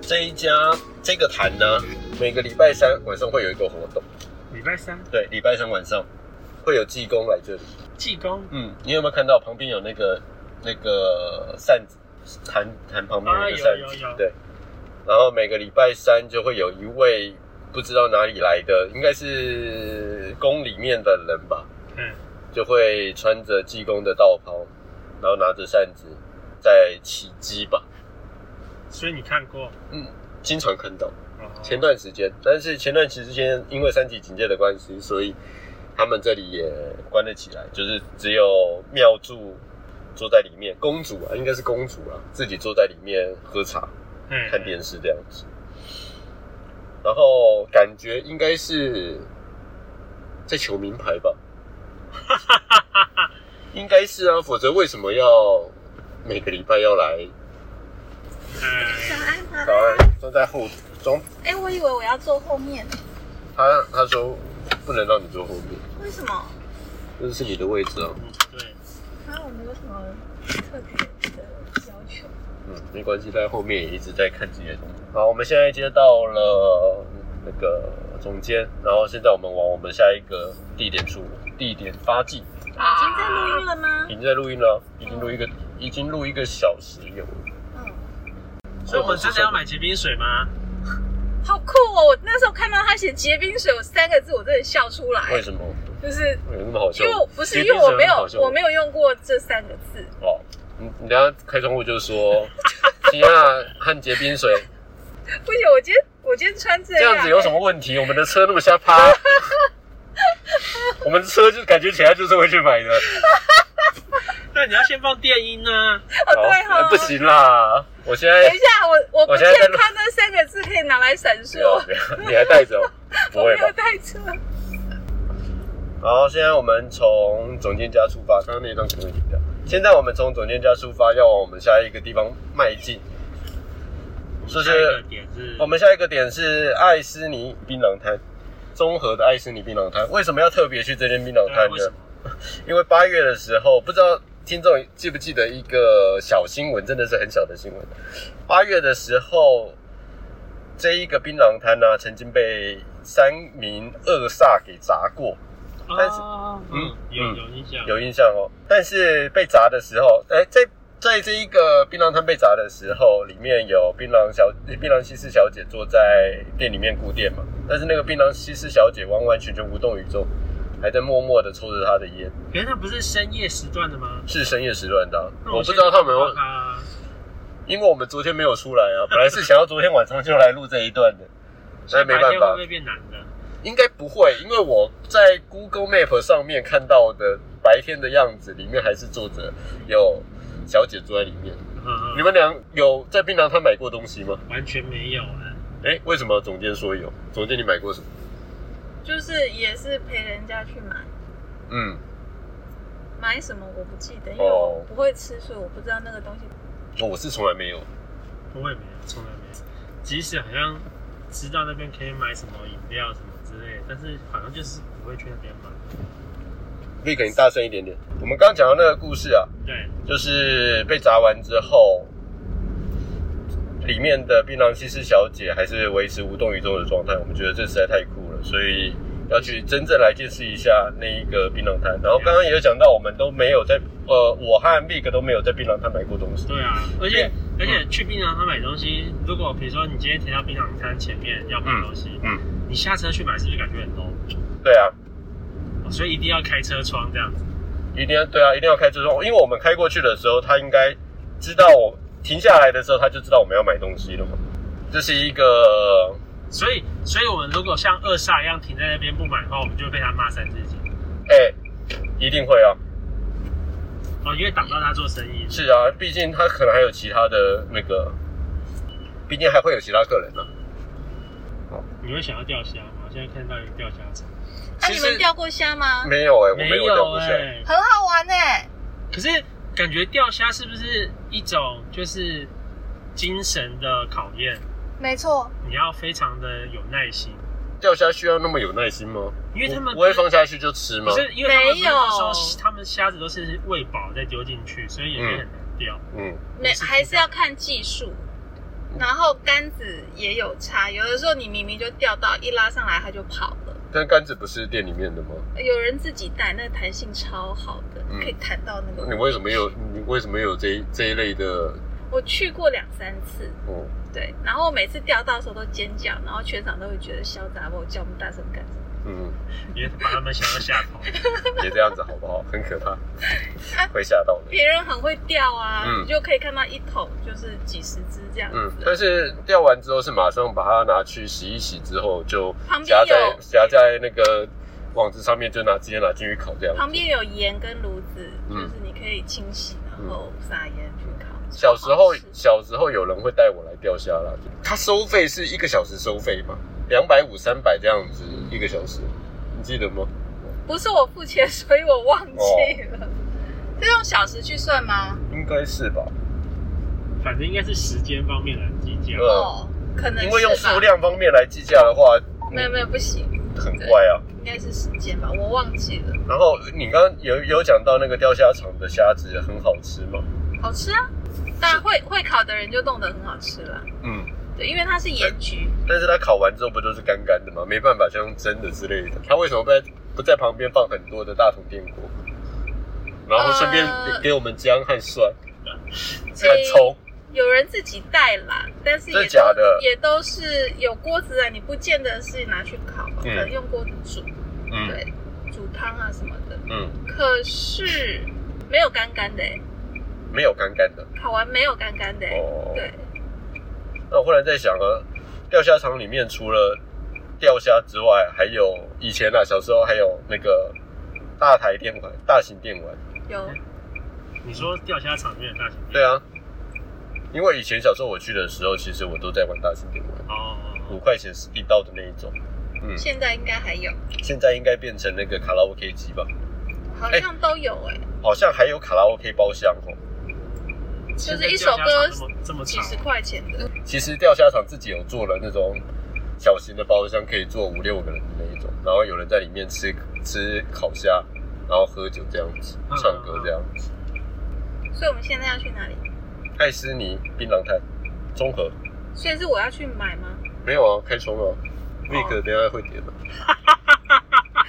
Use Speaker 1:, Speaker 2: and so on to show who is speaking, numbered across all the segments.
Speaker 1: 这一家这个坛呢，每个礼拜三晚上会有一个活动，
Speaker 2: 礼拜三
Speaker 1: 对，礼拜三晚上会有技工来这里。
Speaker 2: 济公
Speaker 1: 嗯，你有没有看到旁边有那个那个扇子，坛坛旁边有一个扇
Speaker 2: 啊有
Speaker 1: 子，
Speaker 2: 有有
Speaker 1: 对。然后每个礼拜三就会有一位不知道哪里来的，应该是宫里面的人吧，
Speaker 2: 嗯
Speaker 1: 就会穿着济公的道袍，然后拿着扇子在起鸡吧。
Speaker 2: 所以你看过
Speaker 1: 嗯，经常看到。
Speaker 2: 哦
Speaker 1: 前段时间，但是前段时间因为三级警戒的关系，所以他们这里也关了起来，就是只有庙祝坐在里面，公主啊，应该是公主啊，自己坐在里面喝茶、
Speaker 2: 嗯
Speaker 1: 看电视这样子。然后感觉应该是在求名牌吧，应该是啊，否则为什么要每个礼拜要来？
Speaker 2: 嗯
Speaker 3: 早安，早
Speaker 1: 早
Speaker 3: 安。
Speaker 1: 安，坐在后中，
Speaker 3: 哎、我以为我要坐后面，
Speaker 1: 他他说不能让你坐后面。
Speaker 3: 为什么？
Speaker 1: 这是你的位置哦。
Speaker 2: 嗯对
Speaker 3: 啊，我没有什么特别的要求。
Speaker 1: 嗯，没关系，在后面也一直在看这些东西。好，我们现在接到了那个总监，然后现在我们往我们下一个地点处地点发迹。
Speaker 3: 已经在录音了吗
Speaker 1: 已？经在录音了，已经录一个，已经录一个小时有了。
Speaker 3: 嗯，
Speaker 2: 所以我们真的要买结冰水吗？
Speaker 3: 好酷哦！我那时候看到他写结冰水有三个字，我真的笑出来。
Speaker 1: 为什么？
Speaker 3: 就是
Speaker 1: 有那么好笑
Speaker 3: 因
Speaker 1: 吗？
Speaker 3: 为我不是
Speaker 1: 结
Speaker 3: 因
Speaker 1: 冰
Speaker 3: 为我没
Speaker 1: 水很
Speaker 3: 有
Speaker 1: 好笑吗
Speaker 3: 我没有用过这三个字，
Speaker 1: 哦，你你等一下开窗户就说， 西亚和结冰 水
Speaker 3: 不行，我今天我今天穿这
Speaker 1: 这
Speaker 3: 样，
Speaker 1: 样子有什么问题？我们的车那么瞎趴， 我们的车就感觉起来就是会去买的。
Speaker 2: 那你要先放电音啊呢？
Speaker 3: 哦，对哈、
Speaker 1: 呃不。行啦，我现在
Speaker 3: 等一下，我我不
Speaker 1: 我
Speaker 3: 健
Speaker 1: 现在在录
Speaker 3: 康那三个字可以拿来闪
Speaker 1: 不要
Speaker 3: 烁，
Speaker 1: 不要，你还带 着哦？不
Speaker 3: 我
Speaker 1: 会
Speaker 3: 没
Speaker 1: 吧
Speaker 3: 有？带车。
Speaker 1: 好，现在我们从总监家出发，刚刚那一段可能会停掉。现在我们从总监家出发，要往我们下一个地方迈进。
Speaker 2: 我
Speaker 1: 就
Speaker 2: 们
Speaker 1: 是
Speaker 2: 下一个点是
Speaker 1: 我们下一个点是爱斯尼槟榔摊，综合的爱斯尼槟榔摊。为什么要特别去这间槟榔
Speaker 2: 对啊
Speaker 1: 摊
Speaker 2: 为什
Speaker 1: 呢
Speaker 2: 么？
Speaker 1: 因为八月的时候，不知道听众记不记得一个小新闻，真的是很小的新闻。八月的时候，这一个槟榔摊呢、啊曾经被三名恶煞给砸过，但是
Speaker 2: 哦
Speaker 1: 嗯
Speaker 2: 嗯有
Speaker 1: 嗯
Speaker 2: 有印象
Speaker 1: 有印象哦。但是被砸的时候，哎，在在这一个槟榔摊被砸的时候，里面有槟榔小槟榔西施小姐坐在店里面顾店嘛，但是那个槟榔西施小姐完完全全无动于衷，还在默默的抽着她的烟。
Speaker 2: 可是那不是深夜时段的吗？
Speaker 1: 是深夜时段的啊、
Speaker 2: 那
Speaker 1: 我不
Speaker 2: 先
Speaker 1: 知道他们有
Speaker 2: 找他啊，
Speaker 1: 因为我们昨天没有出来啊， 本来是想要昨天晚上就来录这一段的，所
Speaker 2: 所以
Speaker 1: 以没
Speaker 2: 白
Speaker 1: 办
Speaker 2: 天会
Speaker 1: 法
Speaker 2: 不，会变男的？
Speaker 1: 应该不会，因为我在 Google Map 上面看到的白天的样子，里面还是坐着有小姐坐在里面。
Speaker 2: 嗯
Speaker 1: 你们俩有在槟榔摊买过东西吗？
Speaker 2: 完全没有哎。
Speaker 1: 哎、为什么总监说有？总监你买过什么？
Speaker 3: 就是也是陪人家去买，
Speaker 1: 嗯，
Speaker 3: 买什么我不记得，因为
Speaker 1: 哦
Speaker 3: 我不会吃，所以我不知道那个东西。
Speaker 1: 哦我是从来没有。
Speaker 2: 我也没有，从来没有。即使好像知道那边可以买什么饮料什么之类的，但是好像就是不会去那边买。
Speaker 1: 可以，你大声一点点。我们刚刚讲的那个故事啊，
Speaker 2: 对，
Speaker 1: 就是被砸完之后，里面的槟榔西施小姐还是维持无动于衷的状态，我们觉得这实在太酷了，所以要去真正来见识一下那一个槟榔摊。然后刚刚也有讲到，我们都没有在呃，我和 Big 都没有在槟榔摊买过东西。
Speaker 2: 对啊，而且
Speaker 1: 对嗯
Speaker 2: 而且去槟榔摊买东西，如果比如说你今天停到槟榔摊前面要买东西，
Speaker 1: 嗯，
Speaker 2: 你下车去买是不是感觉很 low？、
Speaker 1: 对啊，
Speaker 2: 哦所以一定要开车窗这样子。
Speaker 1: 一定要对啊，一定要开车窗，因为我们开过去的时候，他应该知道我停下来的时候，他就知道我们要买东西了嘛。这是一个
Speaker 2: 所以所以我们如果像二煞一样停在那边不买的话，我们就会被他骂三字经。
Speaker 1: 哎、一定会啊。
Speaker 2: 哦，因为挡到他做生意。
Speaker 1: 是啊，毕竟他可能还有其他的那个，毕竟还会有其他客人呢、
Speaker 2: 你会想要钓虾吗？我现在看到有钓虾场，
Speaker 3: 那、
Speaker 1: 其
Speaker 3: 啊你
Speaker 1: 实
Speaker 3: 们钓过虾吗？
Speaker 1: 没有哎、我没有钓
Speaker 2: 有
Speaker 1: 过
Speaker 2: 哎、
Speaker 1: 虾，
Speaker 3: 很好玩哎、
Speaker 2: 可是感觉钓虾是不是一种就是精神的考验？
Speaker 3: 没错，
Speaker 2: 你要非常的有耐心，
Speaker 1: 钓虾需要那么有耐心吗？
Speaker 2: 因为他们
Speaker 1: 不不会放下去就吃
Speaker 2: 不
Speaker 1: 吗？
Speaker 2: 是因为他们不是
Speaker 3: 没有
Speaker 2: 都说他们虾子都是喂饱再丢进去，所以也会很难钓。
Speaker 1: 嗯
Speaker 3: 没还是要看技术。然后杆子也有差，有的时候你明明就钓到，一拉上来它就跑了。
Speaker 1: 但杆子不是店里面的吗？
Speaker 3: 有人自己带，那弹性超好的，
Speaker 1: 嗯
Speaker 3: 可以弹到那个。
Speaker 1: 你为什么有你为什么有这一这一类的？
Speaker 3: 我去过两三次，
Speaker 1: 哦，
Speaker 3: 对，然后每次钓到的时候都尖叫，然后全场都会觉得潇洒，我叫我们大声干什么？
Speaker 1: 嗯，
Speaker 2: 因为把他们想要吓 跑。
Speaker 1: 别这样子好不好？很可怕，会吓到的。
Speaker 3: 别人很会钓啊，
Speaker 1: 嗯
Speaker 3: 你就可以看到一桶就是几十只这样
Speaker 1: 嗯
Speaker 3: 子，。
Speaker 1: 但是钓完之后是马上把它拿去洗一洗之后，就
Speaker 3: 旁边
Speaker 1: 夹在
Speaker 3: 有
Speaker 1: 夹在那个网子上面，就拿直接拿进去烤这样子。
Speaker 3: 旁边有盐跟炉子，
Speaker 1: 嗯
Speaker 3: 就是你可以清洗，然后撒盐去烤。
Speaker 1: 小时候
Speaker 3: 超好吃，
Speaker 1: 小时候有人会带我来钓虾啦。他收费是一个小时收费嘛，两百五、三百这样子一个小时，你记得吗？
Speaker 3: 不是我付钱，所以我忘记
Speaker 1: 哦
Speaker 3: 了。是用小时去算吗？
Speaker 1: 应该是吧，
Speaker 2: 反正应该是时间方面来计较。
Speaker 1: 对
Speaker 3: 哦，可能是吧
Speaker 1: 因为用数量方面来计价的话，
Speaker 3: 没有没有不行，
Speaker 1: 很怪啊。
Speaker 3: 应该是时间吧，我忘记了。
Speaker 1: 然后你刚刚有有讲到那个钓虾场的虾子很好吃嘛？
Speaker 3: 好吃啊，当然会会烤的人就弄得很好吃了。
Speaker 1: 嗯，
Speaker 3: 对，因为它是盐焗，
Speaker 1: 但是它烤完之后不都是干干的吗？没办法，像用蒸的之类的。它为什么不在不在旁边放很多的大桶电锅，然后顺便
Speaker 3: 呃
Speaker 1: 给给我们姜和蒜、
Speaker 3: 所以
Speaker 1: 和葱？
Speaker 3: 有人自己带啦，但是也
Speaker 1: 真
Speaker 3: 都
Speaker 1: 假的
Speaker 3: 也都是有锅子啊，你不见得是拿去烤，可能用锅子煮，
Speaker 1: 嗯
Speaker 3: 对，煮汤啊什么的。
Speaker 1: 嗯，
Speaker 3: 可是没有干干的、欸，
Speaker 1: 没有干干的。
Speaker 3: 烤完没有干干的、欸，
Speaker 1: 哦，
Speaker 3: 对，
Speaker 1: 那我忽然在想啊，钓虾场里面除了钓虾之外，还有以前啊，小时候还有那个大台电玩、大型电玩。
Speaker 3: 有
Speaker 2: 你说钓虾场里面的大型店
Speaker 1: 对啊，因为以前小时候我去的时候，其实我都在玩大型电玩，
Speaker 2: 哦，
Speaker 1: 五块钱是一刀的那一种。嗯，
Speaker 3: 现在应该还有，
Speaker 1: 现在应该变成那个卡拉 OK 机吧？
Speaker 3: 好像都有哎、
Speaker 1: 好像还有卡拉 OK 包厢哦。
Speaker 3: 就是一首歌
Speaker 2: 哦现在钓虾场这么这么
Speaker 3: 几
Speaker 2: 长
Speaker 3: 十块钱的，
Speaker 1: 其实钓虾场自己有做了那种小型的包厢，可以坐五六个人的那一种，然后有人在里面吃吃烤虾，然后喝酒这样子，
Speaker 2: 嗯
Speaker 1: 唱歌这样子。
Speaker 3: 所以我们现在要去哪里？
Speaker 1: 艾斯尼槟榔摊综合
Speaker 3: 所以是我要去买吗？
Speaker 1: 没有啊，开冲
Speaker 2: 哦
Speaker 1: 啊，Vick 等一下会点的。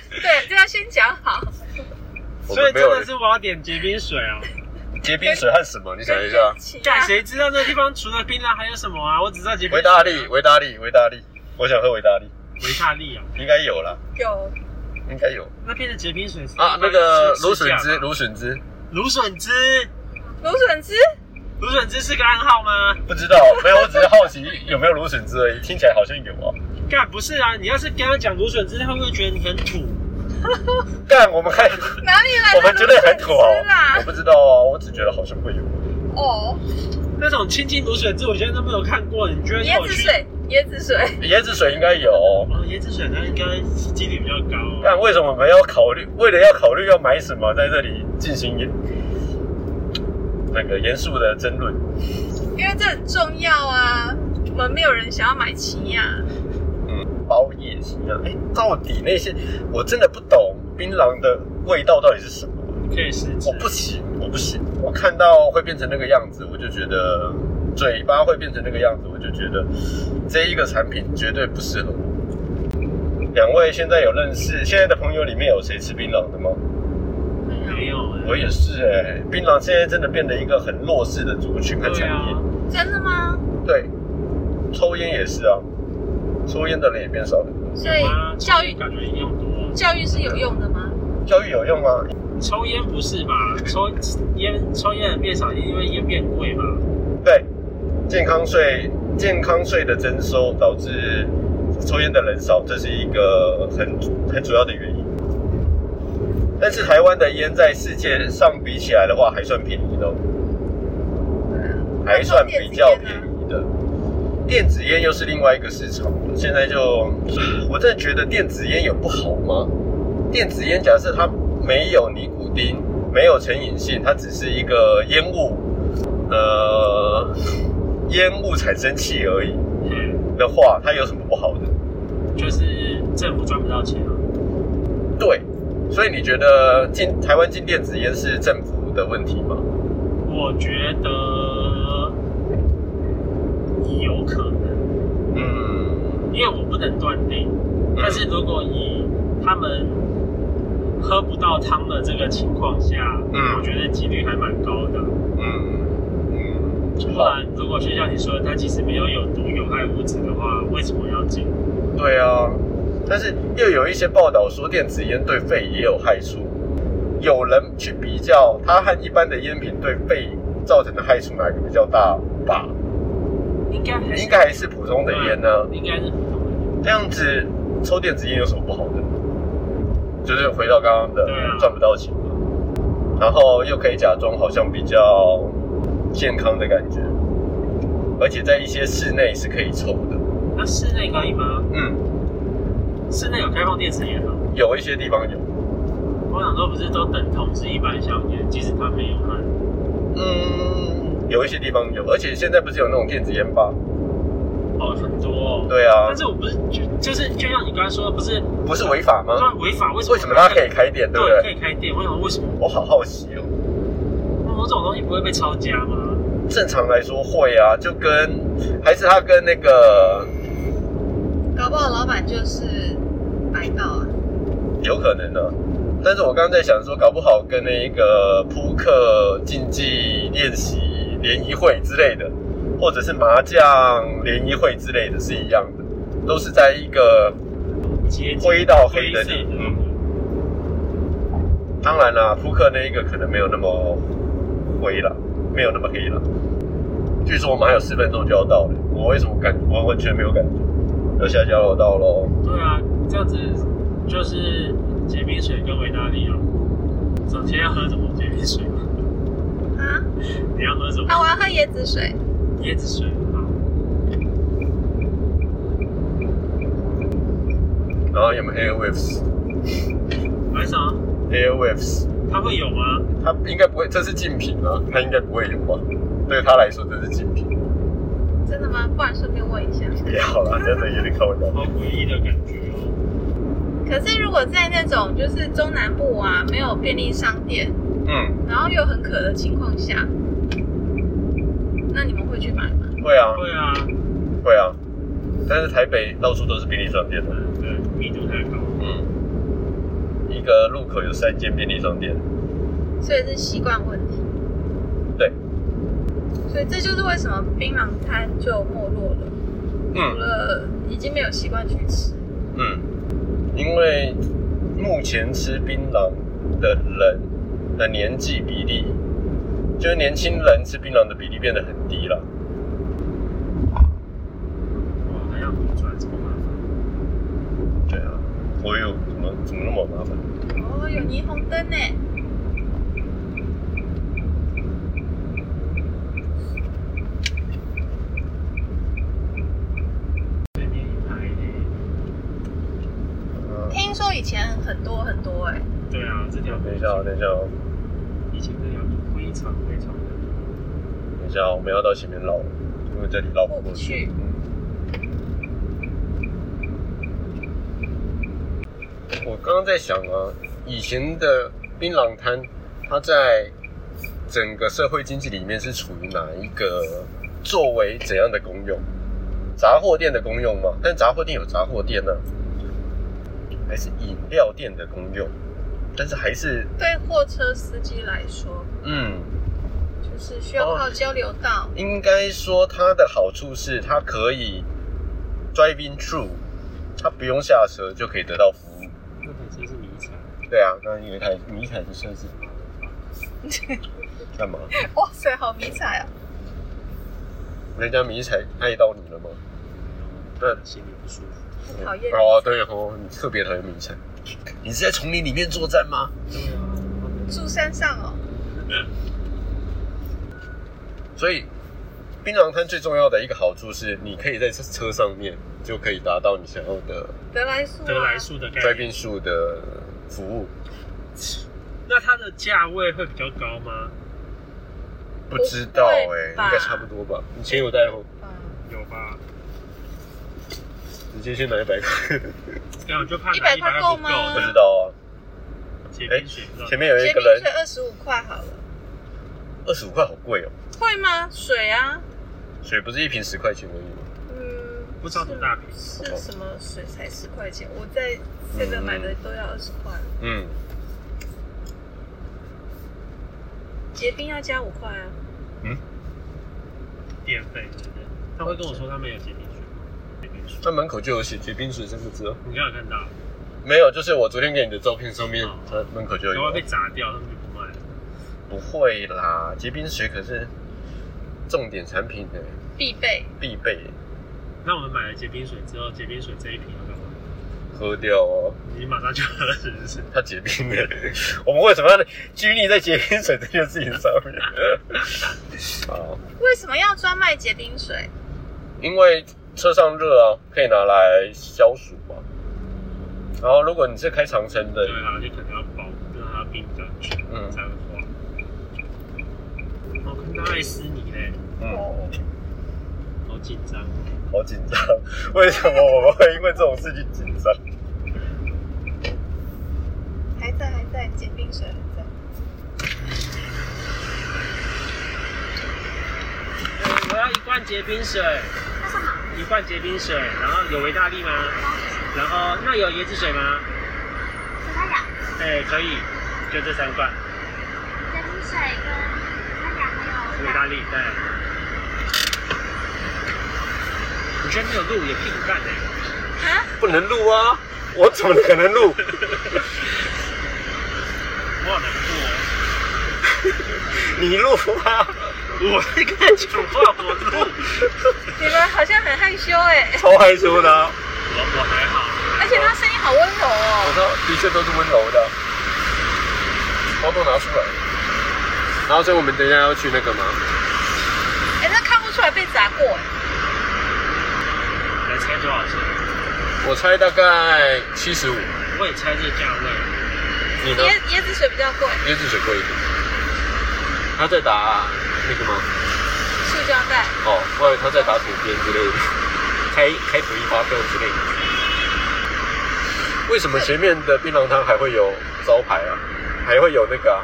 Speaker 3: 对，这要先讲好。
Speaker 1: 我
Speaker 2: 所以
Speaker 1: 们没
Speaker 2: 真
Speaker 1: 有
Speaker 2: 的是我要点结冰水 啊！
Speaker 1: 结冰水和什么？你想一 下，
Speaker 3: 起
Speaker 2: 干
Speaker 3: 啊，
Speaker 2: 谁知道那地方除了槟榔还有什么啊？我只知道结冰水啊
Speaker 1: 维达利，维达利，维达利，我想喝维达利，
Speaker 2: 维他利啊，
Speaker 1: 应该有啦，
Speaker 3: 有
Speaker 1: 应该有
Speaker 2: 那边的结冰水是
Speaker 1: 啊。那个芦
Speaker 2: 是
Speaker 1: 笋汁，
Speaker 2: 是这样吗啊
Speaker 1: 芦笋汁，
Speaker 2: 芦笋汁，
Speaker 3: 芦笋汁，
Speaker 2: 芦笋汁是个暗号吗？
Speaker 1: 不知道，没有，我只是好奇有没有芦笋汁而已，听起来好像有啊。
Speaker 2: 干不是啊！你要是跟他讲芦笋汁，他会不会觉得你很土？
Speaker 1: 但我们还。
Speaker 3: 哪里来的
Speaker 1: 我们觉得很土 哦
Speaker 3: 芦笋汁啦
Speaker 1: 我不知道啊，我只觉得好像会有。
Speaker 3: 哦，
Speaker 2: 那种清净芦笋汁，我现在都没有看过。你居然跟
Speaker 3: 椰
Speaker 2: 我
Speaker 3: 子
Speaker 2: 去？
Speaker 3: 水，椰子水，
Speaker 1: 椰子水应该有，
Speaker 2: 哦，椰子水它应该几率比较高、啊
Speaker 1: 但为什么我们要考虑？为了要考虑要买什么，在这里进行严那个严肃的争论。
Speaker 3: 因为这很重要啊。我们没有人想要买啊奇亚，
Speaker 1: 包夜行啊，哎，到底那些我真的不懂槟榔的味道到底是什么？
Speaker 2: 可以试吃
Speaker 1: 我。不行，我不行。我看到会变成那个样子，我就觉得嘴巴会变成那个样子，我就觉得这一个产品绝对不适合我。两位现在有认识现在的朋友里面有谁吃槟榔的吗？
Speaker 2: 没有哎、
Speaker 1: 我也是哎、槟榔现在真的变得一个很弱势的族群和产
Speaker 2: 对啊
Speaker 1: 业。，
Speaker 3: 真的吗？
Speaker 1: 对,、抽烟也是啊，抽烟的人也变少了。
Speaker 3: 所以
Speaker 2: 啊妈
Speaker 3: 教育
Speaker 2: 感觉应用多。
Speaker 3: 教育是有用的吗？
Speaker 1: 教育有用啊，
Speaker 2: 抽烟不是吧？抽烟抽烟人变少，因为烟变贵嘛。
Speaker 1: 对，健康税健康税的征收导致抽烟的人少，这是一个很很主要的原因。但是台湾的烟在世界上比起来的话，还算便宜的哦，还算比较便宜的。电子烟又是另外一个市场了，现在就我真的觉得电子烟有不好吗？电子烟假设它没有尼古丁，没有成瘾性，它只是一个烟雾，呃，烟雾产生器而已
Speaker 2: 嗯，
Speaker 1: 的话，它有什么不好的？
Speaker 2: 就是政府赚不到钱啊。
Speaker 1: 对，所以你觉得禁台湾禁电子烟是政府的问题吗？
Speaker 2: 我觉得有可能，
Speaker 1: 嗯，
Speaker 2: 因为我不能断定。但是如果以他们喝不到汤的这个情况下，
Speaker 1: 嗯
Speaker 2: 我觉得几率还蛮高的。
Speaker 1: 嗯嗯，
Speaker 2: 不然，如果就像你说，它其实没有有毒有害物质的话，为什么要禁？
Speaker 1: 对啊，但是又有一些报道说电子烟对肺也有害处，有人去比较它和一般的烟品对肺造成的害处哪个比较大吧？
Speaker 2: 应该还是嗯
Speaker 1: 应该还是普通的烟呢、
Speaker 2: 应该是普通的烟。
Speaker 1: 这样子抽电子烟有什么不好的？就是回到刚刚的
Speaker 2: 对啊
Speaker 1: 赚不到钱嘛，然后又可以假装好像比较健康的感觉，而且在一些室内是可以抽的。
Speaker 2: 那室内可以吗？
Speaker 1: 嗯，
Speaker 2: 室内有开放电子烟哦。
Speaker 1: 有一些地方有。
Speaker 2: 我想说，不是都等同是一般香烟，即使它没有害。
Speaker 1: 嗯，有一些地方有，而且现在不是有那种电子烟吧？
Speaker 2: 哦，很多、哦。。
Speaker 1: 对啊
Speaker 2: 但，是我不是就就是就像你刚才说的，不是
Speaker 1: 不是违法
Speaker 2: 对
Speaker 1: 吗？
Speaker 2: 违法，为什么
Speaker 1: 为什么它可以开店，对不
Speaker 2: 对可
Speaker 1: 对？
Speaker 2: 以开店？我想为什么？
Speaker 1: 我好好奇哦。
Speaker 2: 某种东西不会被抄家吗？
Speaker 1: 正常来说会啊，就跟还是他跟那个
Speaker 3: 搞不好老板就是白道啊，
Speaker 1: 有可能呢、但是我刚刚在想说，搞不好跟那个扑克竞技练习联谊会之类的，或者是麻将联谊会之类的是一样的，都是在一个
Speaker 2: 接近
Speaker 1: 灰到黑的
Speaker 2: 灰色嗯
Speaker 1: 地当然啦，扑克那一个可能没有那么灰了，没有那么黑了。据说我们还有十分钟就要到了，我为什么感完完全没有感觉？要下交流道喽。
Speaker 2: 对啊，这样子就是结冰水跟维达利啊。首先要喝什么结冰水？
Speaker 3: 啊，
Speaker 2: 你要喝什么？
Speaker 3: 那我要喝椰子水，
Speaker 2: 椰子水。好
Speaker 1: 然后有没有 airwaves？airwaves
Speaker 2: 为什么？它会有吗？
Speaker 1: 它应该不会，这是竞品啊，它应该不会有吧？对他来说这是竞品，
Speaker 3: 真的吗？不然顺便问一下。
Speaker 1: 不要啦，真的有点靠腰。
Speaker 2: 好诡异的感觉哦。
Speaker 3: 可是如果在那种就是中南部啊，没有便利商店，
Speaker 1: 嗯，
Speaker 3: 然后又很渴的情况下，那你们会去买吗？
Speaker 1: 会啊，
Speaker 2: 对啊，
Speaker 1: 会啊。但是台北到处都是便利商店的，啊
Speaker 2: 对，密度太高。
Speaker 1: 嗯，一个路口有三间便利商店，
Speaker 3: 所以是习惯问题。
Speaker 1: 对，
Speaker 3: 所以这就是为什么槟榔摊就没落了，除
Speaker 1: 嗯
Speaker 3: 了已经没有习惯去吃。
Speaker 1: 嗯，因为目前吃槟榔的人的年纪比例，就是年轻人吃槟榔的比例变得很低了。
Speaker 2: 哇，还要回转，这么麻烦。
Speaker 1: 对啊，我有怎么怎么那么麻烦？
Speaker 3: 哦，有霓虹灯呢。
Speaker 2: 对面一排黑。
Speaker 1: 嗯
Speaker 3: 听说以前很多很多哎、
Speaker 2: 对啊，这条
Speaker 1: 等一下哦，等一下哦，
Speaker 2: 以前这条路非常非常的多。
Speaker 1: 等一下哦，我们要到前面绕了，因为这里绕不
Speaker 3: 过不
Speaker 1: 过去。
Speaker 3: 去。
Speaker 1: 我刚刚在想啊，以前的槟榔摊，它在整个社会经济里面是处于哪一个作为怎样的功用？杂货店的功用吗？但杂货店有杂货店呢、还是饮料店的功用？但是还是
Speaker 3: 对货车司机来说，
Speaker 1: 嗯，
Speaker 3: 就是需要靠交流道。
Speaker 1: 应该说它的好处是它可以 driving through，它不用下车就可以得到服务。
Speaker 2: 这本身是迷彩，
Speaker 1: 对啊，刚刚有一台迷彩的车子，干嘛？
Speaker 3: 哇塞，好迷彩啊！
Speaker 1: 人家迷彩爱到你了吗？
Speaker 2: 嗯，心里不舒服。
Speaker 3: 很讨厌。
Speaker 1: 哦，对哦，你特别讨厌迷彩。你是在丛林里面作战吗？
Speaker 2: 对啊，
Speaker 3: 住山上哦，
Speaker 1: 所以，槟榔摊最重要的一个好处是，你可以在车上面就可以达到你想要的
Speaker 3: 德来速、啊。
Speaker 2: 得来。速的概
Speaker 1: 摘
Speaker 2: 念。
Speaker 1: 变数的服务。
Speaker 2: 那它的价位会比较高吗？
Speaker 1: 不知道
Speaker 3: 不
Speaker 1: 哎、
Speaker 3: 会吧
Speaker 1: 应该差不多吧？你钱有带哦后，
Speaker 3: 啊
Speaker 2: 有吧？
Speaker 1: 直接去拿一百块。
Speaker 2: 这样我就怕
Speaker 3: 100
Speaker 2: 拿100
Speaker 3: 够
Speaker 2: 不
Speaker 3: 吗
Speaker 1: 不
Speaker 2: 够
Speaker 1: 知道啊哎
Speaker 2: 结冰水不知道
Speaker 1: 前面有一
Speaker 3: 前
Speaker 1: 个
Speaker 3: 面水
Speaker 1: 人
Speaker 3: 二十五块好了，
Speaker 1: 二十五块，好贵哦、
Speaker 3: 会吗？水啊，
Speaker 1: 水不是一瓶十块钱而已吗？
Speaker 3: 嗯，
Speaker 2: 不知道多大瓶
Speaker 3: 是
Speaker 1: 哦
Speaker 3: 是什么水才十块钱？我在 seven 买的都要二十块，
Speaker 1: 嗯，
Speaker 3: 结冰要加五块啊。
Speaker 2: 电费，对不对？他会跟我说他没有结冰水，结冰水，
Speaker 1: 那门口就有写结冰水三个字哦。
Speaker 2: 你刚有看到，
Speaker 1: 没有，就是我昨天给你的照片上面
Speaker 2: 哦，
Speaker 1: 它门口就
Speaker 2: 然后
Speaker 1: 有
Speaker 2: 被。砸掉，他们就不卖了。
Speaker 1: 不会啦，结冰水可是重点产品的
Speaker 3: 必备，
Speaker 1: 必备，
Speaker 2: 那我们买了结冰水之后，结冰水这一瓶要干嘛？
Speaker 1: 喝掉哦。
Speaker 2: 你马上就喝，是不是？
Speaker 1: 它结冰了， 我们为什么要拘泥在结冰水这件事情上面？ 好，
Speaker 3: 为什么要专卖结冰水？
Speaker 1: 因为车上热啊，可以拿来消暑嘛。然后，如果你是开长城的
Speaker 2: 对，啊，就可能要保让它冰比较久，
Speaker 1: 嗯
Speaker 2: 才会化。我哦看到爱斯尼嘞，
Speaker 1: 嗯，
Speaker 3: 哦，
Speaker 2: 好紧张哦。
Speaker 1: 好紧张。为什么我们会因为这种事情紧张？
Speaker 3: 还在还在，结冰水还在。
Speaker 2: 我要一罐结冰水，一罐结冰水，然后有维大利吗？然后那有椰子水吗？哎、可以，就这三罐，维大利对。我觉得没有录也屁股干哎、
Speaker 3: 啊？
Speaker 1: 不能录啊！我怎么可能 录？
Speaker 2: 我好难过、
Speaker 1: 你录啊！
Speaker 2: 哦。我在看酒话我录，
Speaker 3: 你们好像很害羞哎、
Speaker 1: 超害羞的、啊。
Speaker 2: 我我还好，
Speaker 3: 而且他声音好温柔
Speaker 1: 我
Speaker 3: 哦。
Speaker 1: 说的确都是温柔的，啊包都拿出来。然后所以我们等一下要去那个嘛，
Speaker 3: 哎、那看不出来被砸过哎、
Speaker 2: 来猜多少钱？
Speaker 1: 我猜大概七十五，
Speaker 2: 我也猜这价位，
Speaker 1: 你呢？
Speaker 3: 椰椰子水比较贵，
Speaker 1: 椰子水贵一点。他在打那个吗？
Speaker 3: 塑胶袋。
Speaker 1: 哦，我以为他在打土边之类的，开开统一发票之类的。为什么前面的槟榔摊还会有招牌啊？还会有那个、啊，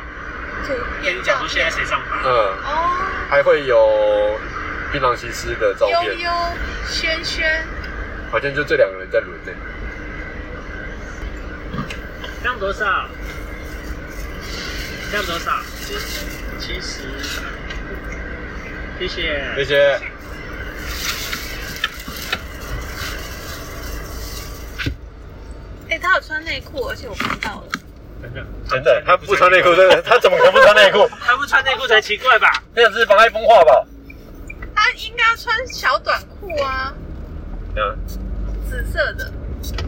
Speaker 3: 土
Speaker 2: 跟你
Speaker 3: 眼
Speaker 2: 讲
Speaker 3: 罩
Speaker 2: 说现在谁上班？
Speaker 1: 嗯，
Speaker 3: 哦，
Speaker 1: 还会有槟榔西施的照
Speaker 3: 悠
Speaker 1: 片，
Speaker 3: 悠、轩轩，
Speaker 1: 好像就这两个人在轮呢、
Speaker 2: 这样多少？这样多少？七十。谢谢。
Speaker 1: 谢谢。
Speaker 3: 哎、他有穿内裤，而且我看到了。
Speaker 2: 真的，
Speaker 1: 真的，他不穿内裤，真的，他怎么可能不穿内裤？
Speaker 2: 他不穿内裤才奇怪吧？
Speaker 1: 那是妨碍风化吧？
Speaker 3: 他应该要穿小短裤啊，
Speaker 1: 嗯，
Speaker 3: 紫色的。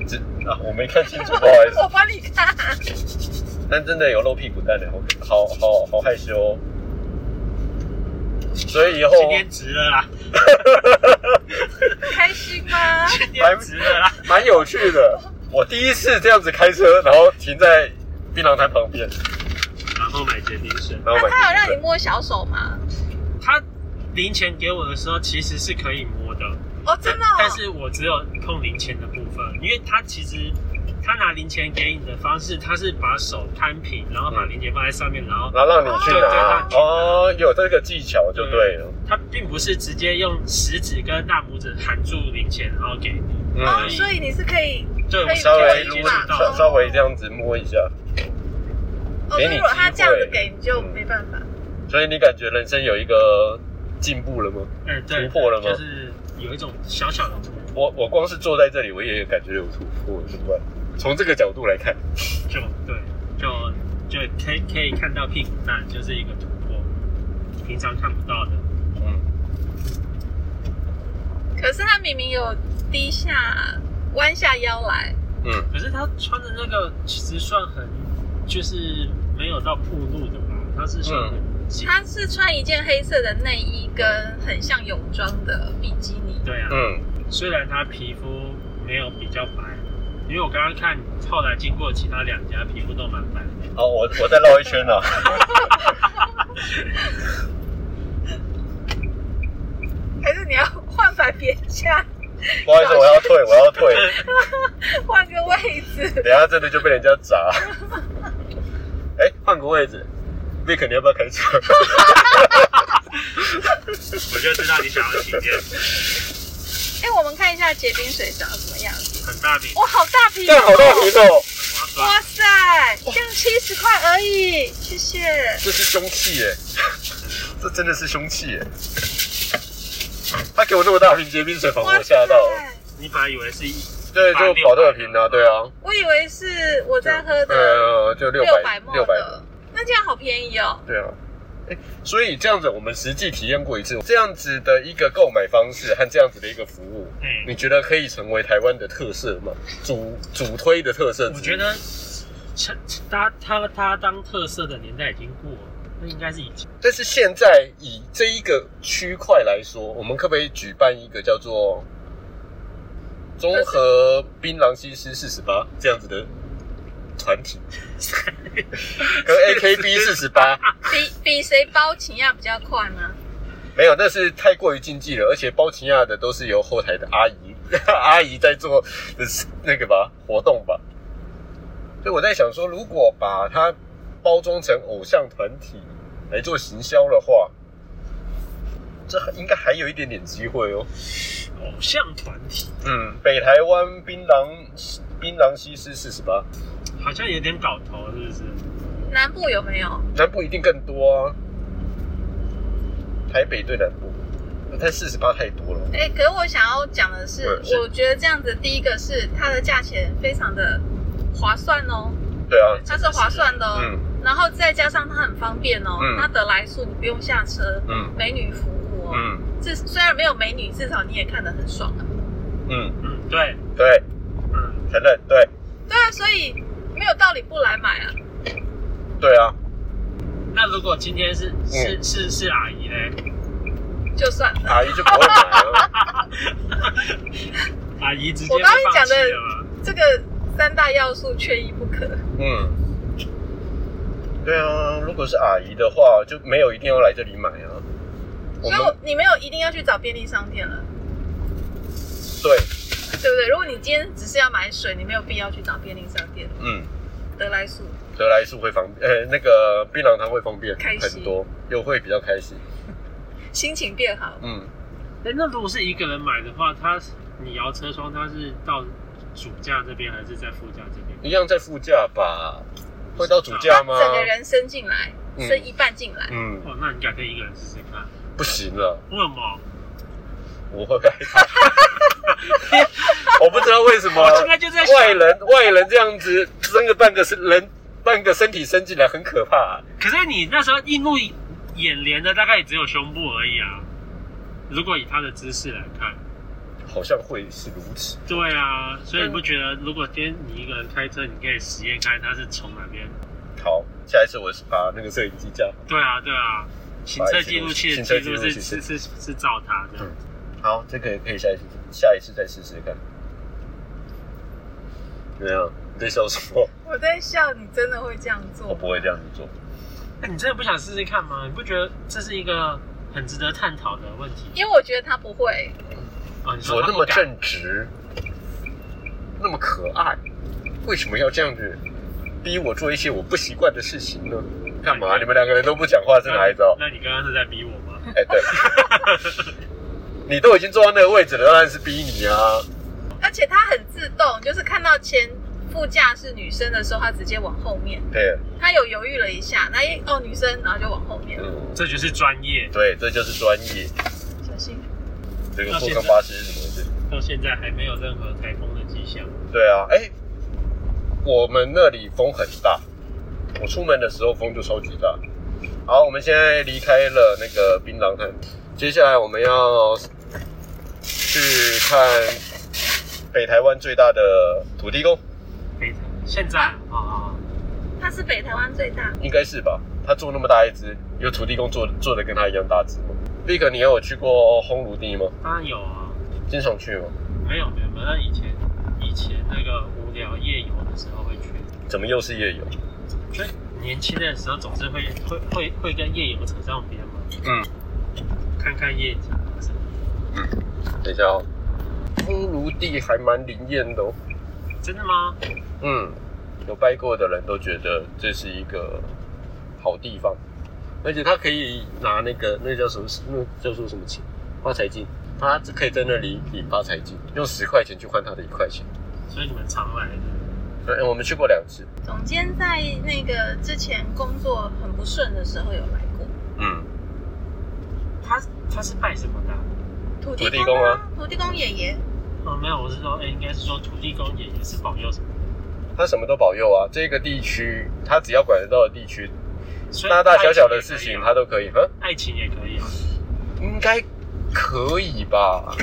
Speaker 1: 这啊，我没看清楚，不好意思。
Speaker 3: 我帮你看。
Speaker 1: 但真的有露屁股蛋的，好好好好害羞、哦。 所以以后
Speaker 2: 今天值了 啦，
Speaker 3: 开心 吗？
Speaker 2: 今天值了啦。
Speaker 1: 蛮有趣的。我第一次这样子开车，然后停在槟榔摊旁边，
Speaker 2: 然后买决定水，
Speaker 1: 然后买。
Speaker 3: 那他有让你摸小手吗？
Speaker 2: 他零钱给我的时候其实是可以摸的，
Speaker 3: 哦，真的、哦。
Speaker 2: 但是我只有碰零钱的部分，因为他其实他拿零钱给你的方式，他是把手摊平，然后把零钱放在上面，然后
Speaker 3: 嗯
Speaker 1: 然后让你去
Speaker 2: 对对让
Speaker 1: 拿
Speaker 2: 你去拿
Speaker 1: 哦，有这个技巧就对了。
Speaker 2: 他并不是直接用食指跟大拇指含住零钱然后给你，
Speaker 3: 哦，
Speaker 1: 嗯，
Speaker 3: 所以你是可以
Speaker 2: 对，我
Speaker 3: 可以
Speaker 1: 稍微
Speaker 2: 可以
Speaker 1: 撸
Speaker 2: 接
Speaker 3: 嘛
Speaker 2: 触到
Speaker 1: 稍，稍微这样子摸一下，
Speaker 3: 哦，所
Speaker 1: 给
Speaker 3: 以
Speaker 1: 你
Speaker 3: 如果他
Speaker 1: 机
Speaker 3: 这样子
Speaker 1: 会
Speaker 3: 给你就没办法。
Speaker 1: 所以你感觉人生有一个进步了吗？
Speaker 2: 哎，对，
Speaker 1: 突破了吗
Speaker 2: 就是有一种小小的突破
Speaker 1: 我我光是坐在这里，我也感觉有突破，对不对？从这个角度来看，
Speaker 2: 就对，就就可以可以看到屁股蛋，就是一个突破，平常看不到的。
Speaker 1: 嗯，
Speaker 3: 可是他明明有低下弯下腰来，
Speaker 1: 嗯，
Speaker 2: 可是他穿的那个其实算很，就是没有到铺路的吧，他是算很紧。
Speaker 1: 嗯
Speaker 3: 他是穿一件黑色的内衣跟很像泳装的比基尼。
Speaker 2: 对啊，
Speaker 1: 嗯，
Speaker 2: 虽然他皮肤没有比较白，因为我刚刚看后来经过其他两家皮肤都蛮 白的。
Speaker 1: 好，我我再绕一圈啊了。
Speaker 3: 还是你要换反别家，
Speaker 1: 不好意思，我要退，我要退，
Speaker 3: 换个位置？
Speaker 1: 等一下真的就被人家砸。哎、换个位置，Vic，你要不要开车？
Speaker 2: 我就知道你想要体验
Speaker 3: 哎，我们看一下结冰水长什么样子。
Speaker 2: 很大饼，
Speaker 3: 哇，好大瓶！
Speaker 1: 这样好大瓶！哦，
Speaker 2: 很划算。
Speaker 3: 哇塞，这样七十块而已，谢谢。
Speaker 1: 这是凶器耶，这真的是凶器耶。他给我那么大瓶结冰水，反而
Speaker 3: 哇
Speaker 1: 我吓到了。
Speaker 3: 塞！
Speaker 2: 你本来以为是一，
Speaker 1: 对，就保乐瓶啊，对啊，
Speaker 3: 我以为是我在喝的
Speaker 1: 呃，就六
Speaker 3: 六
Speaker 1: 百
Speaker 3: 百沫
Speaker 1: 六百，
Speaker 3: 的，那这样好便宜哦。
Speaker 1: 对啊。哎，所以这样子，我们实际体验过一次，这样子的一个购买方式和这样子的一个服务，
Speaker 2: 嗯，
Speaker 1: 你觉得可以成为台湾的特色吗？主主推的特色之一？
Speaker 2: 我觉得成他他他当特色的年代已经过了，那应该是以前。
Speaker 1: 但是现在以这一个区块来说，我们可不可以举办一个叫做“综合槟榔西施四十八”这样子的团体，跟 AKB 四十八
Speaker 3: 比比谁包情亚比较快吗？
Speaker 1: 没有，那是太过于禁忌了，而且包奇亚的都是由后台的阿姨 阿姨在做的那个吧活动吧。所以我在想说，如果把它包装成偶像团体来做行销的话，这应该还有一点点机会哦。
Speaker 2: 偶像团体，
Speaker 1: 嗯，北台湾槟榔槟榔西施四十八，
Speaker 2: 好像有点搞头，是不是？
Speaker 3: 南部有没有？
Speaker 1: 南部一定更多啊。台北对南部，但四十八太多了。
Speaker 3: 哎、可是我想要讲的是，
Speaker 1: 嗯是
Speaker 3: 我觉得这样子，第一个是它的价钱非常的划算哦，
Speaker 1: 对啊，
Speaker 3: 它是划算的哦，
Speaker 1: 嗯
Speaker 3: 然后再加上它很方便哦，
Speaker 1: 嗯
Speaker 3: 它得来速，你不用下车，
Speaker 1: 嗯
Speaker 3: 美女服务哦，
Speaker 1: 嗯
Speaker 3: 这虽然没有美女，至少你也看得很爽啊。
Speaker 1: 嗯，
Speaker 2: 嗯，对，
Speaker 1: 对，
Speaker 2: 嗯，
Speaker 1: 承认对。
Speaker 3: 对啊，所以没有道理不来买啊。
Speaker 1: 对啊，
Speaker 2: 那如果今天是
Speaker 3: 嗯
Speaker 2: 是是是阿姨嘞，
Speaker 3: 就算了，
Speaker 1: 阿姨就不会买了。
Speaker 2: 阿姨直接
Speaker 3: 我刚刚
Speaker 2: 就放弃
Speaker 3: 讲的
Speaker 2: 了吗
Speaker 3: 这个三大要素缺一不可。
Speaker 1: 嗯，对啊，如果是阿姨的话，就没有一定要来这里买啊。我
Speaker 3: 所
Speaker 1: 们
Speaker 3: 以我你没有一定要去找便利商店了，
Speaker 1: 对，
Speaker 3: 对不对？如果你今天只是要买水，你没有必要去找便利商店。
Speaker 1: 嗯，
Speaker 3: 得来速，
Speaker 1: 得来速会方便，呃，那个槟榔汤会方便
Speaker 3: 开心
Speaker 1: 很多，又会比较开心。
Speaker 3: 心情变好。
Speaker 1: 嗯，
Speaker 2: 哎，那如果是一个人买的话，他你摇车窗，他是到主驾这边还是在副驾这边？
Speaker 1: 一样在副驾吧？会到主
Speaker 3: 把
Speaker 1: 驾吗？
Speaker 3: 整个人伸进来，
Speaker 1: 嗯
Speaker 3: 伸一半进来，
Speaker 1: 嗯，
Speaker 2: 哦，那你改天一个人试试看。
Speaker 1: 不行了，
Speaker 2: 为什么？
Speaker 1: 我会害怕。 我不知道为什么
Speaker 3: 呃
Speaker 2: 我现在就 在想
Speaker 1: 外人外人这样子伸个半个身人半个身体伸进来很可怕、
Speaker 2: 可是你那时候映入眼帘的大概也只有胸部而已啊。如果以他的姿势来看，
Speaker 1: 好像会是如此。
Speaker 2: 对啊，所以你不觉得如果今天你一个人开车，你可以实验看他是从哪边？
Speaker 1: 好，下一次我是把那个摄影机架好。
Speaker 2: 对啊，对啊，行车记录器的
Speaker 1: 行
Speaker 2: 记
Speaker 1: 车记
Speaker 2: 录
Speaker 1: 录
Speaker 2: 是
Speaker 1: 器
Speaker 2: 是是是照他这样。
Speaker 1: 好，这个也可以下一次，下一次再试试看。怎么样？你在笑什么？
Speaker 3: 我在笑，你真的会这样
Speaker 1: 我
Speaker 3: 做？
Speaker 1: 不会这样子做。
Speaker 2: 那你真的不想试试看吗？你不觉得这是一个很值得探讨的问题
Speaker 3: 因为我觉得他不会，
Speaker 2: 啊？你说
Speaker 1: 我
Speaker 2: 他
Speaker 1: 那
Speaker 2: 不
Speaker 1: 么
Speaker 2: 敢，
Speaker 1: 正直，那么可爱，为什么要这样子逼我做一些我不习惯的事情呢？干嘛？你们两个人都不讲话是哪一招？
Speaker 2: 那你刚刚是在逼我吗？
Speaker 1: 哎、对，你都已经坐到那个位置了，当然是逼你啊。
Speaker 3: 而且他很自动，就是看到前副驾是女生的时候，他直接往后面。
Speaker 1: 对，
Speaker 3: 他有犹豫了一下，那一哦女生，然后就往后面了，
Speaker 1: 嗯，
Speaker 2: 这就是专业，
Speaker 1: 对，这就是专业。
Speaker 3: 小心。
Speaker 1: 这个
Speaker 2: 那
Speaker 1: 富
Speaker 2: 现
Speaker 1: 康
Speaker 2: 在
Speaker 1: 巴士是怎么回事？
Speaker 2: 到现在还没有任何台风的迹象。
Speaker 1: 对啊，哎、我们那里风很大，我出门的时候风就超级大。好，我们现在离开了那个槟榔滩，接下来我们要去看北台湾最大的土地公，
Speaker 2: 非常现在啊啊，
Speaker 3: 他是北台湾最大，
Speaker 1: 应该是吧？他做那么大一只，有土地公做做的跟他一样大只吗？Vic，你有去过烘炉地吗？
Speaker 2: 当然有啊，
Speaker 1: 经常去吗？
Speaker 2: 没有没有没有，那以前以前那个无聊夜游的时候会去，
Speaker 1: 怎么又是夜游？
Speaker 2: 所以年轻的时候总是会会会会跟夜游扯上边嘛，
Speaker 1: 嗯，
Speaker 2: 看看夜景啊什么
Speaker 1: 等一下哦，烘炉地还蛮灵验的哦。
Speaker 2: 的。真的吗？
Speaker 1: 嗯，有拜过的人都觉得这是一个好地方。而且他可以拿那个那叫什么，那叫做什么钱？发财金，他可以在那里领发财金，用十块钱去换他的一块钱。
Speaker 2: 所以你们常来的，
Speaker 1: 对，我们去过两次，
Speaker 3: 总监在那个之前工作很不顺的时候有来过，
Speaker 1: 嗯，
Speaker 2: 他他是拜什么的啊？
Speaker 3: 土
Speaker 1: 土地
Speaker 3: 公
Speaker 1: 公
Speaker 3: 啊
Speaker 1: 啊，
Speaker 3: 土地公爷爷，
Speaker 2: 哦，没有，我是说，哎，应该是说土地公爷爷是保佑什么？
Speaker 1: 他什么都保佑啊。这个地区，他只要管得到的地区，
Speaker 2: 所以
Speaker 1: 大大小小的
Speaker 2: 爱情
Speaker 1: 事
Speaker 2: 也可以
Speaker 1: 情
Speaker 2: 啊
Speaker 1: 他都可以。嗯，
Speaker 2: 爱情也可以啊。
Speaker 1: 应该可以吧？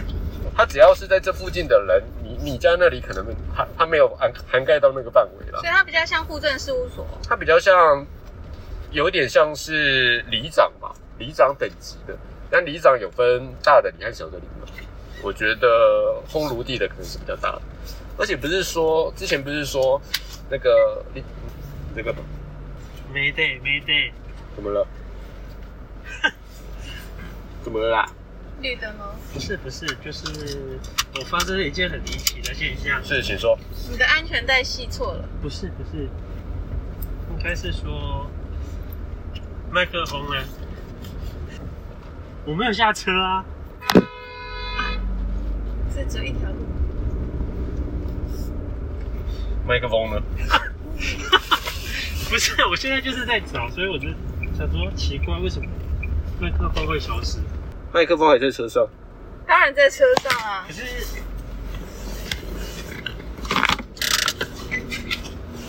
Speaker 1: 他只要是在这附近的人，你你家那里可能他他没有涵涵盖到那个范围啦
Speaker 3: 所。以他比较像户政事务所。
Speaker 1: 他比较像，有点像是里长吧，里长等级的。但里长有分大的里和小的里嘛。我觉得烘炉地的可能是比较大的，而且不是说之前不是说那个你那个
Speaker 2: 没对没对，
Speaker 1: 怎么了？怎么了啦？
Speaker 3: 绿灯哦，
Speaker 2: 不是不是，就是我发生了一件很离奇的现象。
Speaker 1: 是，请说。
Speaker 3: 你的安全带系错了，
Speaker 2: 不是不是，应该是说麦克风呢？我没有下车啊，
Speaker 3: 是只有一条路。
Speaker 1: 麦克风呢？
Speaker 2: 不是，我现在就是在找，所以我就想说奇怪，为什么麦克风会消失？
Speaker 1: 麦克风还在车上。
Speaker 3: 当然在车上啊
Speaker 2: 可，是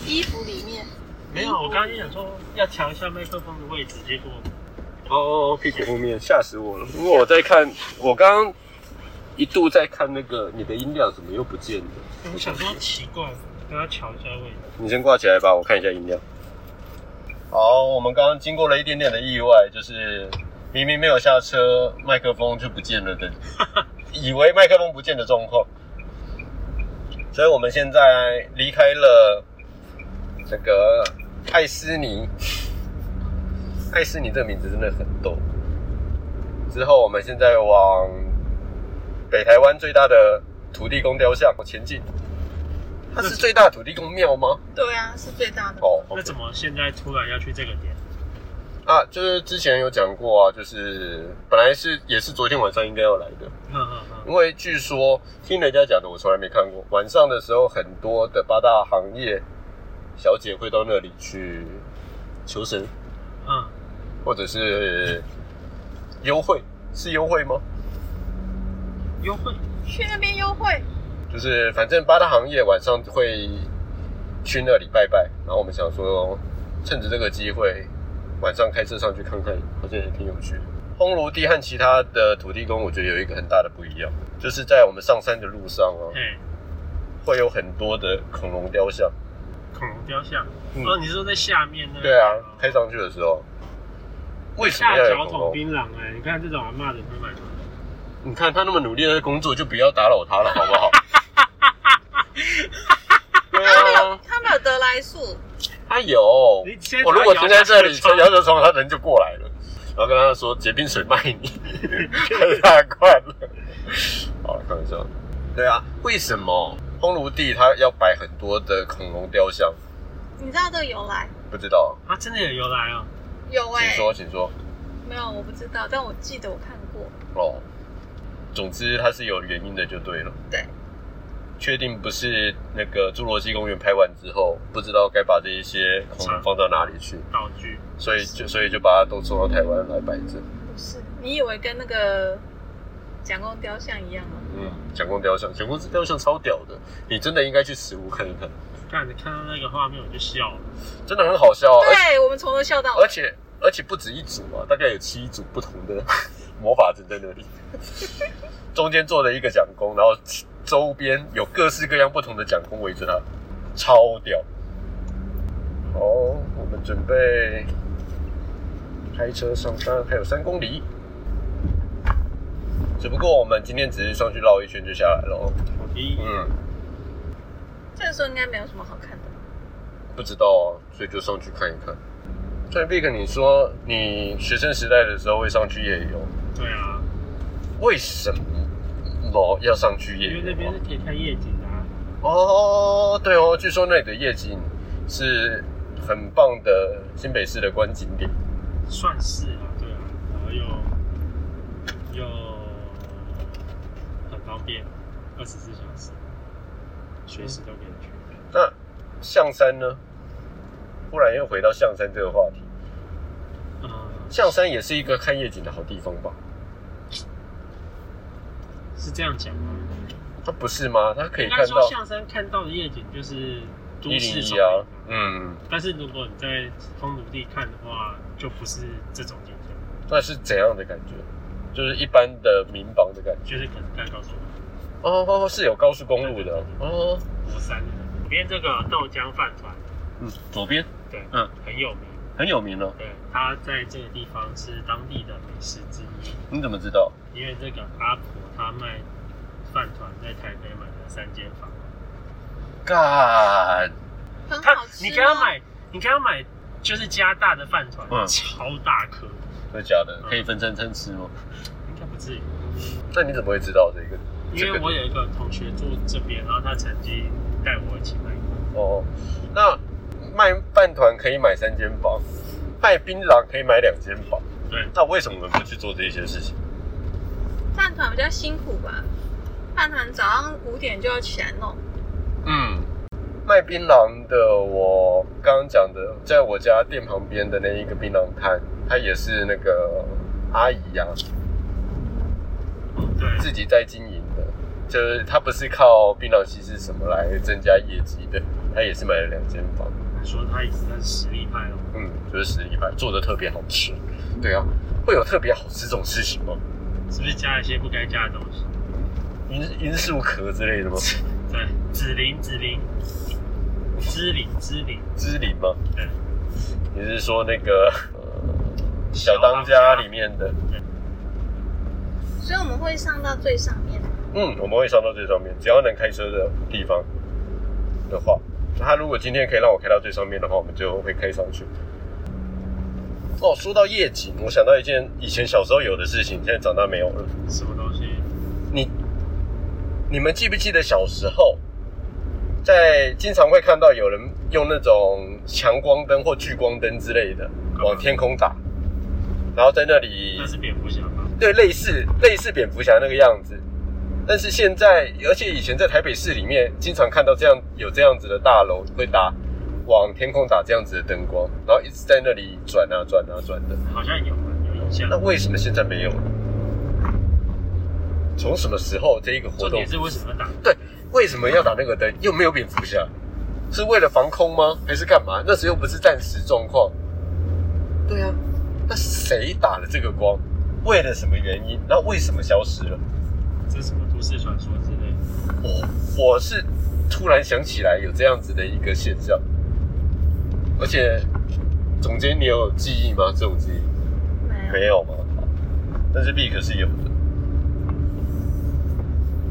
Speaker 3: 衣服里面。
Speaker 2: 没有，我刚刚就想说要调一下麦克风的位置，结果
Speaker 1: 哦哦哦，屁股后面，吓死我了！因为我在看，我刚刚一度在看那个你的音量怎么又不见了。
Speaker 2: 我想说奇怪，我要调一下位置。
Speaker 1: 你先挂起来吧，我看一下音量。好，我们刚刚经过了一点点的意外，就是明明没有下车，麦克风就不见 了的，以为麦克风不见的状况。所以我们现在离开了这个艾斯尼，艾斯尼这个名字真的很逗。之后我们现在往北台湾最大的土地公雕像前进。它是最大的土地公庙吗？
Speaker 3: 对啊，是最大的。
Speaker 1: 哦，
Speaker 2: 那怎么现在突然要去这个点？
Speaker 1: 啊？就是之前有讲过啊，就是本来是也是昨天晚上应该要来的，
Speaker 2: 嗯嗯嗯，
Speaker 1: 因为据说听人家讲的，我从来没看过。晚上的时候，很多的八大行业小姐会到那里去求神，
Speaker 2: 嗯，
Speaker 1: 或者是 优惠，是优惠吗？
Speaker 2: 优惠
Speaker 3: 去那边优惠，
Speaker 1: 就是反正八大行业晚上会去那里拜拜，然后我们想说趁着这个机会，晚上开车上去看看，好像也挺有趣的。烘炉地和其他的土地公，我觉得有一个很大的不一样，就是在我们上山的路上啊，
Speaker 2: 哎，
Speaker 1: 会有很多的恐龙雕像。
Speaker 2: 恐龙雕像。
Speaker 1: 嗯
Speaker 2: 哦，你是说在下面那个？
Speaker 1: 对啊，开上去的时候，为什么
Speaker 2: 下
Speaker 1: 要有
Speaker 2: 脚
Speaker 1: 恐
Speaker 2: 捅
Speaker 1: 龙？
Speaker 2: 槟榔哎、你看这种阿骂人会买吗？
Speaker 1: 你看他那么努力的工作，就不要打扰他了，好不 好？对
Speaker 3: 他没有
Speaker 1: 啊，
Speaker 3: 他没有得来速，
Speaker 1: 他有
Speaker 2: 你先。
Speaker 1: 我如果停在这里，
Speaker 2: 摇
Speaker 1: 摇着窗，他人就过来了，然后跟他说：“结冰水卖你， 太大块了。”好了，开玩笑。对啊，为什么烘炉地它要摆很多的恐龙雕像？
Speaker 3: 你知道这个由来？
Speaker 1: 不知道，
Speaker 2: 啊，真的有由来哦。
Speaker 3: 有
Speaker 1: 请
Speaker 3: 哎、
Speaker 1: 说，请说。
Speaker 3: 没有，我不知道，但我记得我看过。
Speaker 1: 哦，总之它是有原因的，就对了。
Speaker 3: 对，
Speaker 1: 确定不是那个侏罗纪公园拍完之后，不知道该把这一些恐龙放到哪里去，
Speaker 2: 道具
Speaker 1: 所以就所以就把它都送到台湾来摆着。
Speaker 3: 不是，你以为跟那个蒋公雕像一样吗？
Speaker 1: 嗯，蒋公雕像，蒋公雕像超屌的，你真的应该去实物看一看，
Speaker 2: 看看到那个画面我就笑了。
Speaker 1: 真的很好笑、啊，
Speaker 3: 对，我们从头笑到
Speaker 1: 而
Speaker 3: 尾。
Speaker 1: 且而且而且不止一组啊，大概有七组不同的 魔法阵在那里，中间做了一个蒋公，然后周边有各式各样不同的蒋公围着他，啊超屌。好，我们准备开车上山，还有三公里。只不过我们今天只是上去绕一圈就下来了哦。
Speaker 2: 我第一，
Speaker 1: 嗯。
Speaker 3: 这个时候应该没有什么好看的。
Speaker 1: 不知道啊，所以就上去看一看。所以 Big，你说你学生时代的时候会上去夜游，
Speaker 2: 对啊，
Speaker 1: 为什么要上去
Speaker 2: 因为
Speaker 1: 夜
Speaker 2: 那
Speaker 1: 游啊
Speaker 2: 边是？可以看夜景的、啊。
Speaker 1: 哦，对哦，据说那里的夜景是很棒的新北市的观景点。
Speaker 2: 算是啊，对啊，然后又又很方便，二十四小时，随时都可以去。
Speaker 1: 那象山呢？忽然又回到象山这个话题，
Speaker 2: 嗯，
Speaker 1: 象山也是一个看夜景的好地方吧？
Speaker 2: 是这样讲吗？
Speaker 1: 它不是吗？它可以
Speaker 2: 应
Speaker 1: 看
Speaker 2: 该说
Speaker 1: 到
Speaker 2: 象山看到的夜景就是都
Speaker 1: 一
Speaker 2: 市
Speaker 1: 零
Speaker 2: 丛
Speaker 1: 一
Speaker 2: 林
Speaker 1: 啊
Speaker 2: 啊，
Speaker 1: 嗯，
Speaker 2: 但是如果你在风土地看的话，就不是这种景象，
Speaker 1: 那是怎样的感觉？就是一般的民房的感觉
Speaker 2: 就是可能该告诉我
Speaker 1: 哦，哦是有高速公路的哦，
Speaker 2: 国三的左边这个豆浆饭团，
Speaker 1: 嗯，左边
Speaker 2: 对，
Speaker 1: 嗯
Speaker 2: 很有名。
Speaker 1: 很有名哦，
Speaker 2: 对，它在这个地方是当地的美食之一，
Speaker 1: 你怎么知道？
Speaker 2: 因为这个阿婆她卖饭团，在台北买了三间房，
Speaker 1: 干，
Speaker 3: 很
Speaker 2: 她
Speaker 3: 好吃。啊
Speaker 2: 你给她，买，你给她买就是加大的饭团，
Speaker 1: 嗯
Speaker 2: 超大颗，
Speaker 1: 真的假的？可以分餐餐吃吗？
Speaker 2: 应该不至于，
Speaker 1: 那你怎么会知道这个？
Speaker 2: 因为我有一个同学住这边，然后他曾经带我一起买过，
Speaker 1: 哦，那卖饭团可以买三间房，卖槟榔可以买两间房，
Speaker 2: 对，
Speaker 1: 那为什么我们不去做这些事情？
Speaker 3: 饭团比较辛苦吧？饭团早上五点就要起来弄，
Speaker 1: 嗯，卖槟榔的，我刚刚讲的，在我家店旁边的那一个槟榔摊，它也是那个阿姨啊呀、
Speaker 2: 嗯对，
Speaker 1: 自己在经营的，就是她不是靠槟榔西施什么来增加业绩的，她也是买了两间房。
Speaker 2: 你说他一直在实力派哦，
Speaker 1: 嗯，就是实力派，做的特别好吃。对啊，会有特别好吃这种事情吗？
Speaker 2: 是不是加了一些不该加的东西？
Speaker 1: 罂罂粟壳之类的 吗？
Speaker 2: 对，紫菱，紫菱，芝
Speaker 1: 哦
Speaker 2: 林，芝林，
Speaker 1: 芝林吗？
Speaker 2: 对，
Speaker 1: 你是说那个、呃、小当家里面的？
Speaker 3: 所以我们会上到最上面。
Speaker 1: 嗯，我们会上到最上面，只要能开车的地方的话，他如果今天可以让我开到最上面的话，我们就会开上去。哦，说到夜景，我想到一件以前小时候有的事情，现在长大没有了。
Speaker 2: 什么东西？
Speaker 1: 你你们记不记得小时候，在经常会看到有人用那种强光灯或聚光灯之类的往天空打，然后在那里
Speaker 2: 那是蝙蝠侠吧？
Speaker 1: 对，类似类似蝙蝠侠那个样子。但是现在，而且以前在台北市里面，经常看到这样有这样子的大楼会打往天空打这样子的灯光，然后一直在那里转啊转啊转的。
Speaker 2: 好像有有印象
Speaker 1: 那。为什么现在没有了？从什么时候这一个活
Speaker 2: 重
Speaker 1: 动
Speaker 2: 点？是为什么打？
Speaker 1: 对，为什么要打那个灯？又没有蝙蝠侠，是为了防空吗？还是干嘛？那时候又不是暂时状况。对啊，那谁打了这个光？为了什么原因？那为什么消失了？
Speaker 2: 这是什么都市传说之类的？
Speaker 1: 我我是突然想起来有这样子的一个现象，而且总监你有记忆吗？这种记忆
Speaker 3: 没有，
Speaker 1: 没有吗？好但是 B 可是有的，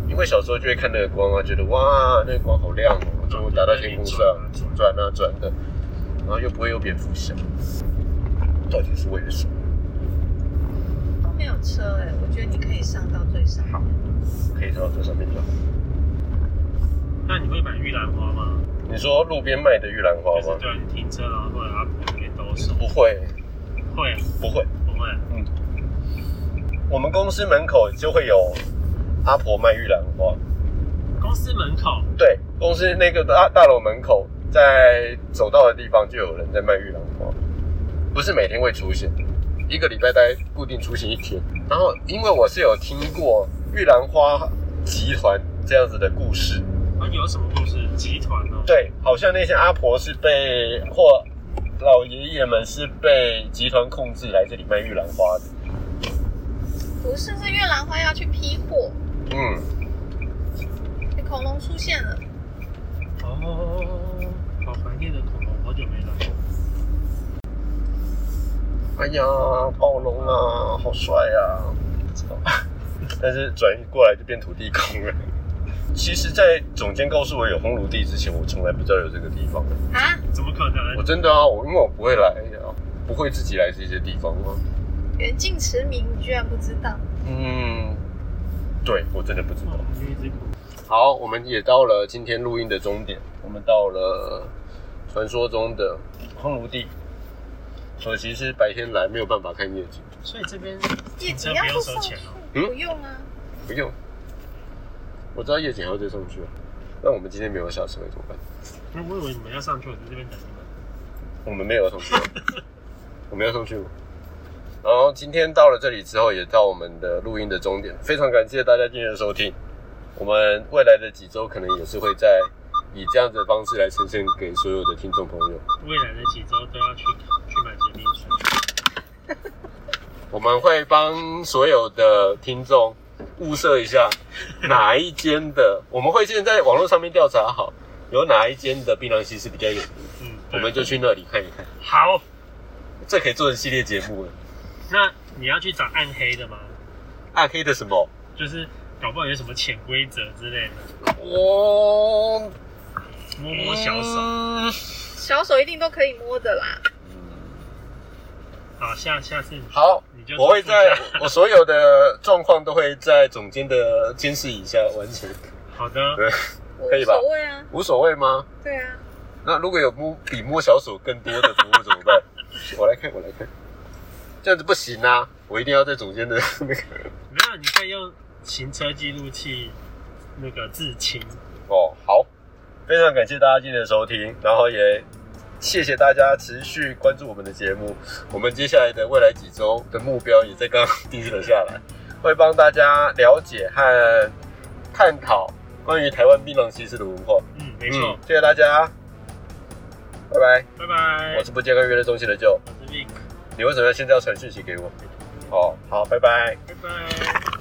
Speaker 1: 因为小时候就会看那个光啊，觉得哇那个光好亮哦，就打到天空上转啊转的，然后又不会有蝙蝠侠，到底是为了什么？
Speaker 3: 都没有车哎、我觉得你可以上到最上面。
Speaker 1: 可以看到这上面就好。
Speaker 2: 那你会买玉兰花吗？
Speaker 1: 你说路边卖的玉兰花
Speaker 2: 就是
Speaker 1: 吗？
Speaker 2: 对，你停车然后或者阿婆给兜售。
Speaker 1: 不会，
Speaker 2: 会
Speaker 1: 不会。
Speaker 2: 不会？
Speaker 1: 我们公司门口就会有阿婆卖玉兰花。
Speaker 2: 公司门口
Speaker 1: 对，公司那个大大楼门口，在走道的地方就有人在卖玉兰花，不是每天会出现，一个礼拜大概固定出现一天。然后，因为我是有听过玉兰花集团这样子的故事，
Speaker 2: 啊有什么故事？集团哦。
Speaker 1: 对，好像那些阿婆是被或老爷爷们是被集团控制来这里卖玉兰花的。
Speaker 3: 不是，是月兰花要去批货，
Speaker 1: 嗯，
Speaker 3: 恐龙出现了，
Speaker 2: 哦，好怀念的恐龙，好久没来。
Speaker 1: 哎呀，暴龙啊，好帅啊！ 但是转移过来就变土地公了。其实，在总监告诉我有烘炉地之前，我从来不知道有这个地方。
Speaker 3: 啊，
Speaker 2: 怎么可
Speaker 1: 我
Speaker 2: 能？
Speaker 1: 真的啊，我因为我不会来啊，不会自己来这些地方啊。
Speaker 3: 远近驰名，你居然不知道？
Speaker 1: 嗯，对我真的不知道。
Speaker 2: 因为只恐龙
Speaker 1: 好，我们也到了今天录音的终点，我们到了传说中的烘炉地。所以其实白天来没有办法看夜景，
Speaker 2: 所以这边
Speaker 3: 也
Speaker 2: 停车
Speaker 3: 不
Speaker 2: 不
Speaker 3: 要
Speaker 2: 用
Speaker 3: 付
Speaker 2: 收
Speaker 3: 上
Speaker 2: 钱哦。
Speaker 1: 嗯
Speaker 3: 不用啊。
Speaker 1: 不用。我知道夜景还要再上去啊，那我们今天没有小车会怎么办？
Speaker 2: 那我以为你们要上去，我在这边等你们。
Speaker 1: 我们没有要上去吗，我们要上去吗？然后今天到了这里之后，也到我们的录音的终点，非常感谢大家今天的收听。我们未来的几周可能也是会在以这样子的方式来呈现给所有的听众朋友。
Speaker 2: 未来的几周都要去去买结冰水。
Speaker 1: 我们会帮所有的听众物色一下哪一间的，我们会先在网络上面调查好有哪一间的槟榔西是比较有名，
Speaker 2: 嗯，
Speaker 1: 我
Speaker 2: 对
Speaker 1: 们就去那里看一看。
Speaker 2: 好。
Speaker 1: 这可以做成系列节目了。
Speaker 2: 那你要去找暗黑的吗？
Speaker 1: 暗黑啊的什么？
Speaker 2: 就是搞不好有什么潜规则之类的，
Speaker 1: 我
Speaker 2: 摸摸小手。
Speaker 3: 小手一定都可以摸的啦。
Speaker 2: 好，下下次你
Speaker 1: 好
Speaker 2: 你就，
Speaker 1: 我会在
Speaker 2: 做副驾
Speaker 1: 我所有的状况都会在总监的监视以下完成。
Speaker 2: 好的，
Speaker 1: 对，
Speaker 3: 我
Speaker 1: 可以
Speaker 3: 无
Speaker 1: 吧
Speaker 3: 所谓啊，
Speaker 1: 无所谓吗？
Speaker 3: 对啊，
Speaker 1: 那如果有摸比摸小手更多的服务怎么办？我来看，我来看，这样子不行啊！我一定要在总监的那个
Speaker 2: 没有，你可以用行车记录器那个自清。
Speaker 1: 哦，好，非常感谢大家今天的收听，然后也谢谢大家持续关注我们的节目。我们接下来的未来几周的目标也在刚刚定了下来，会帮大家了解和探讨关于台湾槟榔西施的文化。
Speaker 2: 嗯，没错
Speaker 1: 嗯。谢谢大家，拜拜。
Speaker 2: 拜拜。
Speaker 1: 嗯我是不健康娱乐中心的舅，
Speaker 2: 我是 Vic，
Speaker 1: 你为什么要现在要传讯息给我？哦，好，拜拜。
Speaker 2: 拜拜。